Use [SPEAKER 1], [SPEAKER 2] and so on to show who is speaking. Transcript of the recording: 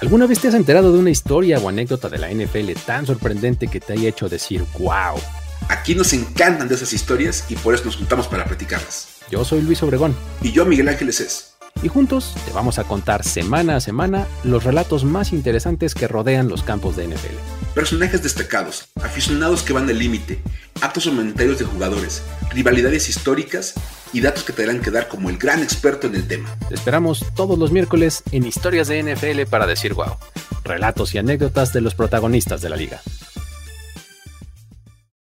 [SPEAKER 1] ¿Alguna vez te has enterado de una historia o anécdota de la NFL tan sorprendente que te haya hecho decir wow?
[SPEAKER 2] Aquí nos encantan de esas historias y por eso nos juntamos para platicarlas.
[SPEAKER 1] Yo soy Luis Obregón.
[SPEAKER 2] Y yo Miguel Ángeles es.
[SPEAKER 1] Y juntos te vamos a contar semana a semana los relatos más interesantes que rodean los campos de NFL.
[SPEAKER 2] Personajes destacados, aficionados que van al límite, actos humanitarios de jugadores, rivalidades históricas y datos que te harán quedar como el gran experto en el tema.
[SPEAKER 1] Te esperamos todos los miércoles en Historias de NFL para decir wow. Relatos y anécdotas de los protagonistas de la liga.